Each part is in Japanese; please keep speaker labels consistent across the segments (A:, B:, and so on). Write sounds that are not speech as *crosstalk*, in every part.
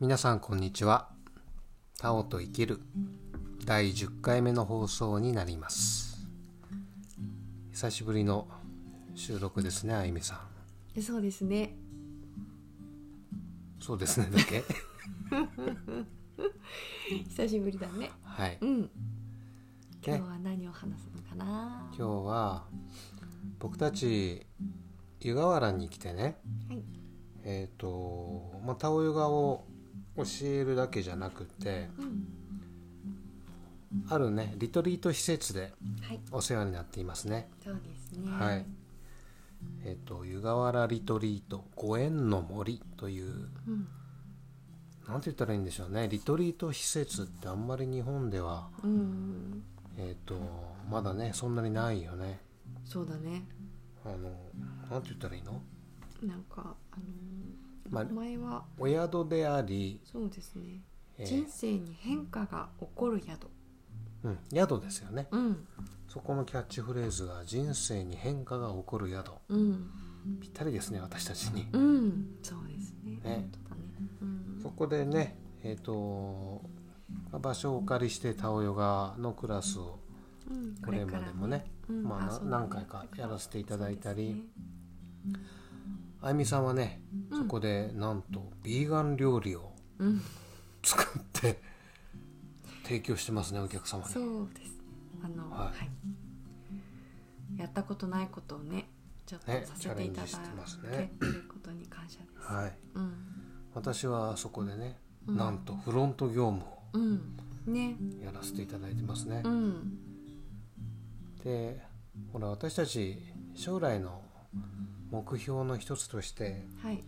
A: 皆さんこんにちは。タオと生きる第10回目の放送になります。久しぶりの収録ですね、あゆみさん。
B: そうですね
A: そうですね、だ
B: *laughs*
A: け。
B: 久しぶりだね
A: はい。
B: うん今
A: ね
B: 日、は何を話すのかな、
A: 今日は僕たち湯河原に来てね、
B: はい
A: えっ、と、まあ、タオヨガを教えるだけじゃなくて、
B: うん、
A: あるね、リトリート施設で
B: はい
A: お世話になっていますね。
B: そうですね
A: はい。えっ、と湯河原リトリートご縁の森という
B: うん
A: なんて言ったらいいんでしょうねリトリート施設ってあんまり日本では
B: うん
A: えっ、とまだねそんなにないよね。
B: そうだね
A: あのなんて言ったらいいの？
B: なんかあの
A: まあ
B: ー、前は
A: お宿であり、
B: そうですね、
A: えー
B: 人生に変化が起こる宿
A: うん宿ですよね。
B: うん
A: そこのキャッチフレーズが人生に変化が起こる宿
B: うん
A: ぴったりですね私たちに。
B: うんそうですね
A: ね
B: 本当だねうん
A: そこでねえっ、とまあ場所をお借りしてタオヨガのクラスを
B: うん
A: これまでもね
B: うん
A: まあな
B: そうだね
A: 何回かやらせていただいた
B: そう
A: り
B: ですね
A: あゆみさんはね、
B: うん
A: そこでなんとビーガン料理を
B: うん
A: 作って提供してますねお客様に
B: そうですね。あの、
A: はい
B: はい。やったことないことをね、ちょっと
A: ね
B: させていただ
A: チャレンジしてますね
B: けてることに感謝です。
A: はい
B: うん、
A: 私はそこでね、
B: うん
A: なんとフロント業務を
B: うん、ね、
A: やらせていただいてますね
B: う、ん、
A: でほら私たち将来の目標の一つとして
B: はい、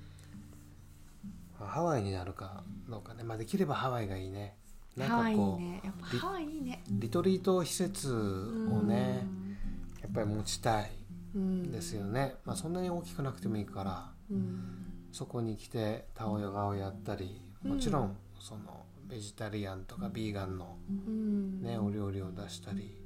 A: まあハワイになるかどうかね、まあ、できればハワイがいいねなん
B: ハワイ
A: か
B: いい
A: こう
B: ね、やっぱハワイいいね。
A: リトリート施設をねやっぱり持ちたい
B: うん、
A: ですよね、まあ、そんなに大きくなくてもいいから
B: うん。
A: そこに来てタオヨガをやったりもちろんそのベジタリアンとかビーガンの、
B: うん、
A: ね、お料理を出したり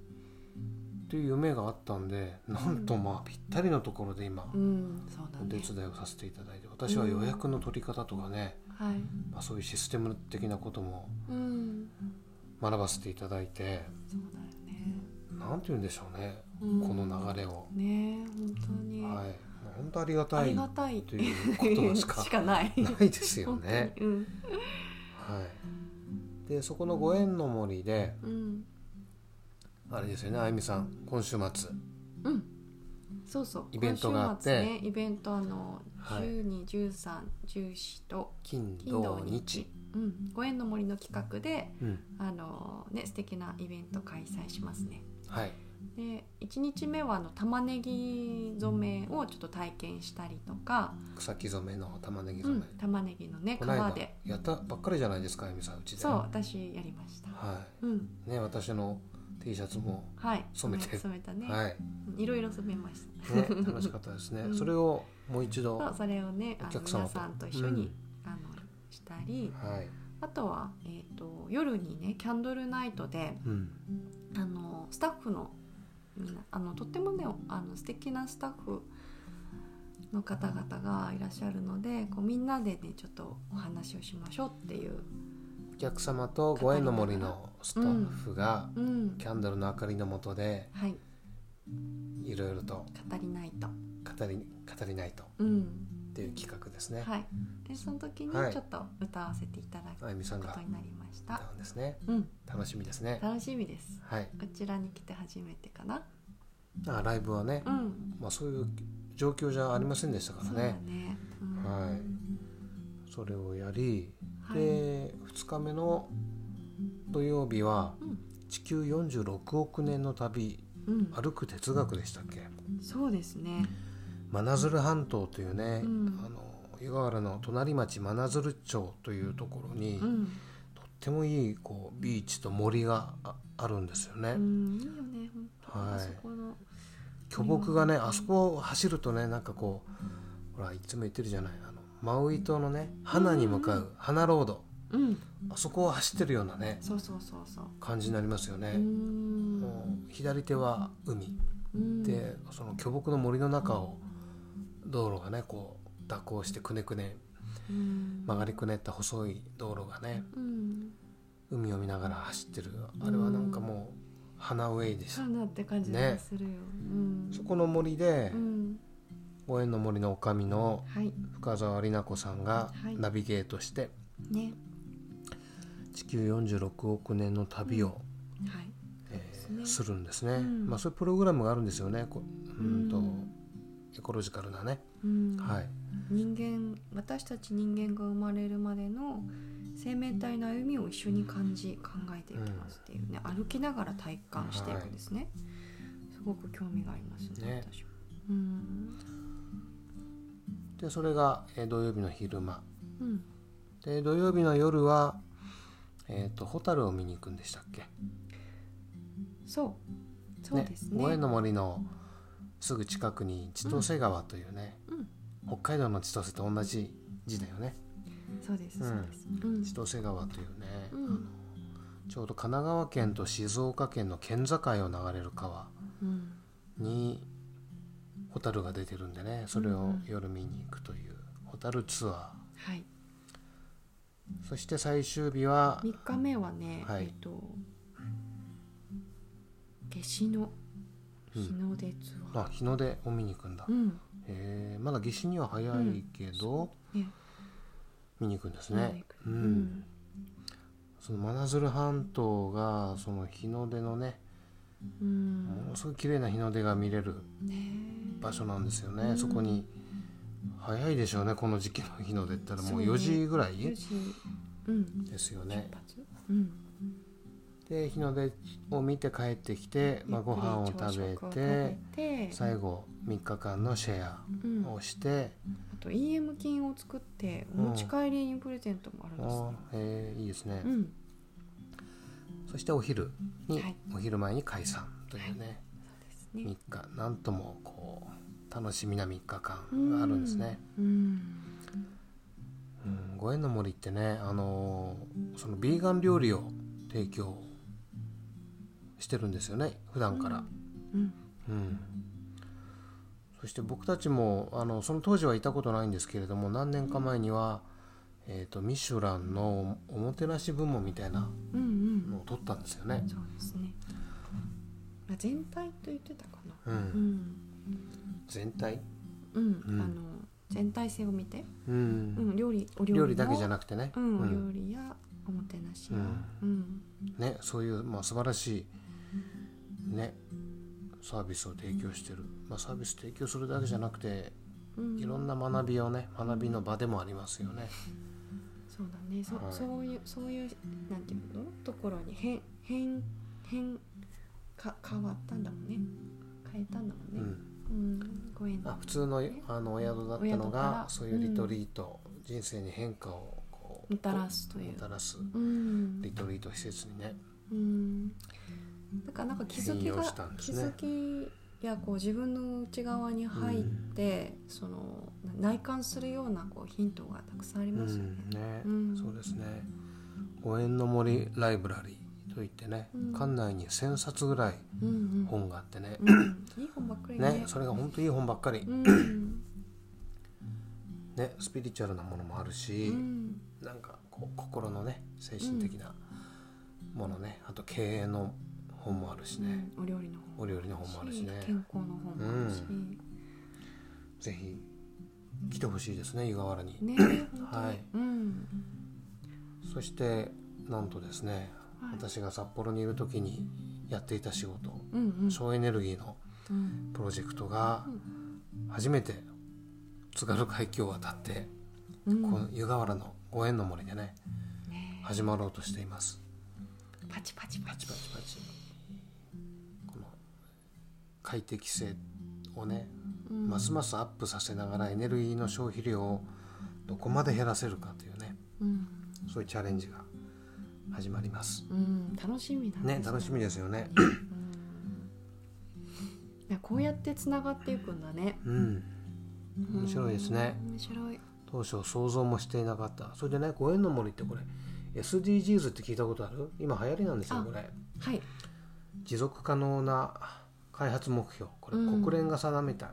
A: という夢があったんでなんとまあぴったりのところで今
B: うん、そうだ
A: お手
B: ね。
A: 伝いをさせていただいて私は予約の取り方とかね、
B: はい、
A: まあ、そういうシステム的なことも
B: うん、
A: 学ばせていただいて
B: そうだよね。
A: 何て言うんでしょうね
B: うん
A: この流れを。
B: ね、本当に。
A: はい、本当ありが
B: あ
A: た
B: り
A: い
B: がたい。
A: ということしか
B: *laughs* しかない。
A: ないですよ
B: 本当
A: ね。
B: にうん、
A: はい、でそこのご縁の森で
B: うん。
A: あれですよねあゆみさん今週末
B: うん、そうそう
A: イベントがあって
B: 今週末ねイベントあの、
A: はい
B: 12、13、14と
A: 金
B: 金土
A: 土
B: 日
A: 日、
B: うん、ご縁の森の企画で
A: うん
B: あの、ね、素敵なイベント開催しますね
A: はい
B: で1日目はあの玉ねぎ染めをちょっと体験したりとか、
A: 草木染めの玉ねぎ
B: う
A: 染め、
B: ん、玉ねぎのね
A: この間
B: 皮で
A: やったばっかりじゃないですかあゆみさんうちで
B: そう私やりました、
A: は
B: うん
A: いね私の T シャツも、
B: はい、
A: 染めて
B: *laughs* 染めたね、
A: はい
B: うんいろいろ染めました
A: ね楽しかったですね、
B: *laughs* うん
A: それをもう一度
B: そう
A: は
B: それをねあ
A: お
B: の
A: 客様と
B: 皆さんと一緒に、あのしたり、
A: い、
B: あとは、えー、と夜にねキャンドルナイトで
A: うん、
B: あのスタッフのみんなあのとってもねあの素敵なスタッフの方々がいらっしゃるのでこうみんなでねちょっとお話をしましょうっていう、
A: お客様とご縁の森のスタッフが
B: うん
A: キャンドルの明かりの下で
B: はい、
A: いろいろと
B: 語りナイト、
A: 語り語りないと
B: うん
A: っていう企画ですね、
B: はい、でその時に
A: はい
B: ちょっと歌わせていただく
A: あゆみさん
B: こ
A: が
B: とになりました、
A: 歌うんですね
B: うん、
A: 楽しみですね
B: 楽しみです
A: はい
B: こちらに来て初めてかな
A: あライブはね、
B: うん
A: まあ、そういう状況じゃありませんでしたから
B: そうだ
A: ね
B: ね、うん
A: はいそれをやり、
B: はい
A: で2日目の土曜日は
B: うん
A: 「地球46億年の旅
B: うん、
A: 歩く哲学」でしたっけ
B: そうですね
A: 真鶴半島というね、
B: うん
A: あの湯河原の隣町真鶴町というところに、
B: うん
A: とってもいいこうビーチと森がああるんですよね、
B: うんいいよね本当
A: はい
B: あそこの
A: 巨木がねあそこを走るとねなんかこうほらいつも言ってるじゃないあのマウイ島のね花に向かう花ロード
B: うん
A: あそこを走ってるようなね
B: そうそうそうそう
A: 感じになりますよ
B: うー
A: ね、も
B: ん
A: う左手は海
B: うん
A: でその巨木の森の中を道路がねこう蛇行してくねくね
B: うん
A: 曲がりくねった細い道路がね
B: うん、
A: 海を見ながら走ってるあれはなんかもう花ウェイでし
B: そ
A: た
B: うだって感じ
A: ね
B: がするよ、うん、
A: そこの森で
B: うん、
A: 応援の森の女将の
B: はい
A: 深澤里奈子さんが
B: はい
A: ナビゲートして
B: ね
A: 地球46億年の旅を、
B: はい
A: えー
B: そうですね
A: するんですね、
B: うん
A: まあそういうプログラムがあるんですよねこううんと
B: うん
A: エコロジカルなね、
B: うん
A: はい
B: 人間私たち人間が生まれるまでの生命体の歩みを一緒に感じ考えていきますっていうね、歩きながら体感していくんですね、すごく興味がありますね
A: ね
B: 私はうん
A: でそれがえー土曜日の昼間
B: うん
A: で土曜日の夜はえっ、と蛍を見に行くんでしたっけ
B: そうそうですね
A: 萌えの森のすぐ近くに千歳川というね、
B: うん
A: 北海道の千歳と同じ字だよね
B: そうです
A: うん
B: そうです、うん
A: 千歳川というね、
B: うん
A: あのちょうど神奈川県と静岡県の県境を流れる川
B: うん
A: に蛍が出てるんでねそれを夜見に行くという蛍ツア
B: はい
A: ーそして最終日は
B: 3日目はね、
A: はい
B: えっと夏至の
A: うん
B: 日の出ツアー、
A: あ日の出を見に行くんだ、
B: うん
A: えーまだ夏至には早いけど、
B: ね
A: 見に行くんです
B: 見に
A: ねう
B: 行く
A: ん、
B: うん
A: その真鶴半島がその日の出のね
B: うん
A: ものすごい綺麗な日の出が見れる
B: ねえ
A: 場所なんですよね、
B: うん
A: そこに早いでしょうねこの時期の日の出って言ったらもう
B: そうね
A: 4時ぐら
B: 4
A: い
B: 時うん
A: ですよね
B: 出発うん
A: で日の出を見て帰ってきて、まあ、ご飯を食
B: ゆ
A: べ
B: っくり朝食を食
A: て
B: べて
A: 最後3日間のシェ
B: うん
A: アをして、
B: あと EM 金を作ってお
A: うん
B: 持ち帰りにプレゼントもあるん
A: あ
B: ですね
A: ーえーいいですね、
B: うん
A: そしてお昼に、
B: はい
A: お昼前に解散というね、
B: そうです
A: 三
B: ね
A: 3日なんともこう楽しみな3日間があるんですね。
B: うん
A: うんご縁の森ってね、あのーそのビーガン料理を提供してるんですよね普段から、
B: うん
A: うん、そして僕たちもあのその当時はいたことないんですけれども何年か前には、えー、とミシュランのおもてなし部門みたいな
B: うんうん
A: のを取ったんですよね。
B: そうですねまあ全体と言ってたかな
A: う、
B: うんん
A: 全体、
B: うん、
A: うん
B: あの全体性を見て、
A: う
B: うんん、料理お料理
A: 料理だけじゃ
B: な
A: なくてね、
B: うん、
A: う
B: お
A: ん
B: 料理やおもてなし
A: う
B: や
A: ん
B: うん、
A: ね、そういう、まあ、素晴らしい、ね、サービスを提供してる、まあ、サービス提供するだけじゃなくて
B: うん
A: いろんな学びをね学びの場でもありますよね。
B: そうだねそ,、
A: はい
B: そういうそういうなんていうのところに変変変か変わったんだもんね変えたんだもん
A: う
B: ね
A: ん、
B: うん、ご縁
A: あ
B: だ
A: 普通のあのお宿だった
B: お
A: の
B: 宿か
A: が
B: ら
A: そういうリトリート、人生に変化をこう
B: もたらすとい
A: も
B: う
A: たらす
B: うん
A: リトリート施設にね。
B: うんだからなんか気づ
A: 変
B: き
A: 容
B: が、
A: したんです
B: 気
A: ね
B: づきやこう自分の内側に入って、その内観するようなこうヒントがたくさんあり
A: う
B: ますよね。
A: んね
B: うん
A: そうですね公園の森ライブラリーといってね、
B: うん
A: 館内に1,000冊ぐらい
B: うんうん
A: 本があってね,、
B: うんいい本ばっかりね。
A: ねそれが本当いい本ばっかり、
B: うん
A: ね、スピリチュアルなものもある
B: う
A: し、
B: ん
A: なんかこう心のね精神的なものね、あと経営の本もあるしね、
B: お料理の本
A: お料理の本もあるしね
B: 健康の本もあるし、
A: ぜひ来てほしいですね湯河原に、
B: ね本当に、
A: はい
B: うん
A: そしてなんとですね、
B: はい
A: 私が札幌にいる時にやっていた仕事、
B: うんうん
A: 省エネルギーの
B: うん
A: プロジェクトが初めて津軽海峡を渡って、
B: うん
A: この湯河原の御縁の森でね
B: ね
A: 始まろうとしています
B: パチパチパ
A: パチ
B: チ
A: パチパチこの快適性をね、
B: うん
A: ますますアップさせながらエネルギーの消費量をどこまで減らせるかというね
B: うん、
A: そういうチャレンジが始まります
B: うん、楽しみだ
A: ね楽しみですよね
B: いやこうやってつながっていくんだね
A: うん面白いですね
B: 面白い
A: 当初想像もしていなかったそれでね「ご縁の森」ってこれ SDGs って聞いたことある今流行りなんですよ
B: あ
A: これ
B: はい
A: 持続可能な開発目標これ
B: うん
A: 国連が定めた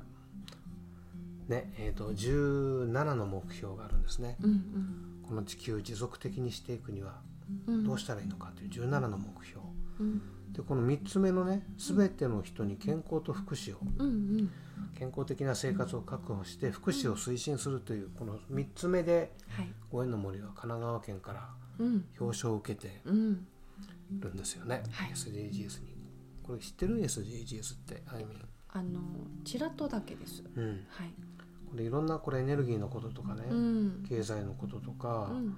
A: ねえー、と17の目標があるんですね
B: うん
A: この地球を持続的にしていくには
B: うん
A: どうしたらいいのかという17の目標
B: うん
A: でこの3つ目のね全ての人に健康と福祉を
B: うんうん
A: 健康的な生活を確保して福祉を推進するというこの3つ目で
B: はい
A: ご縁の森は神奈川県から
B: うん
A: 表彰を受けて
B: うん
A: るんですよね、
B: はい
A: SDGs にこれ知ってる SDGs ってあゆみん
B: あのちらっとだけです
A: うん
B: はい
A: これいろんなこれエネルギーのこととかね、
B: うん
A: 経済のことと
B: う
A: か、
B: ん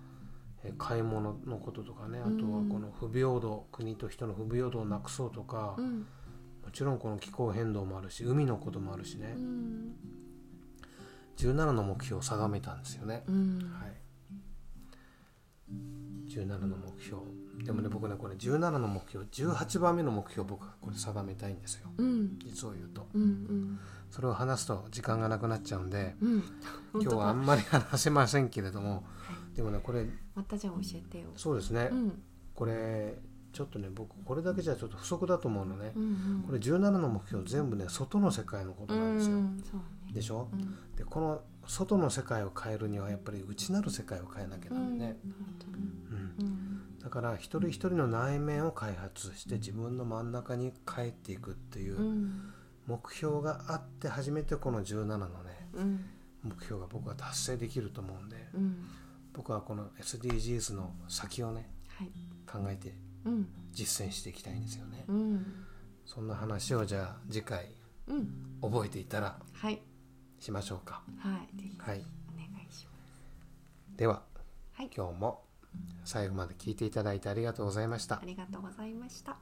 A: え買い物のこととかねあとは
B: うん
A: この不平等国と人の不平等をなくそうとか、
B: うん
A: もちろんこの気候変動もあるし海のこともあるし
B: う
A: ね、
B: ん
A: 17の目標を定めたんですよね、
B: うん
A: はい17の目標でもね僕ねこれ17の目標18番目の目標僕はこれ定めたいんですよ
B: うん
A: 実を言うと
B: うんうん
A: それを話すと時間がなくなっちゃうんで
B: うん
A: *laughs* 今日はあ
B: 本当だ
A: んまり話せませんけれども
B: は
A: でもねこれ
B: いまたじゃあ教えてよ
A: そうですね、
B: うん
A: これちょっとね僕これだけじゃちょっと不足だと思うのね
B: う、ん
A: これ17の目標全部ね外の世界のこと
B: う
A: なん
B: ん
A: ですよ、
B: そうね
A: でしょ
B: うん
A: でこの外の世界を変えるにはやっぱり内なる世界を変えなきゃ
B: う
A: なんんでね、
B: 本当に
A: うん
B: うん
A: だから一人一人の内面を開発して自分の真ん中に帰っていくっていううん目標があって初めてこの17のね
B: うん
A: 目標が僕は達成できると思うんで
B: うん
A: 僕はこの SDGs の先をね
B: はい
A: 考えて
B: うん
A: 実践していきたいんですよね
B: うん
A: そんな話をじゃあ次回
B: うん
A: 覚えていたら
B: はい
A: しましょうか
B: はいぜひ
A: はい
B: お願いします
A: では
B: はい
A: 今日も最後まで聞いていただいてありがとうございました
B: ありがとうございました。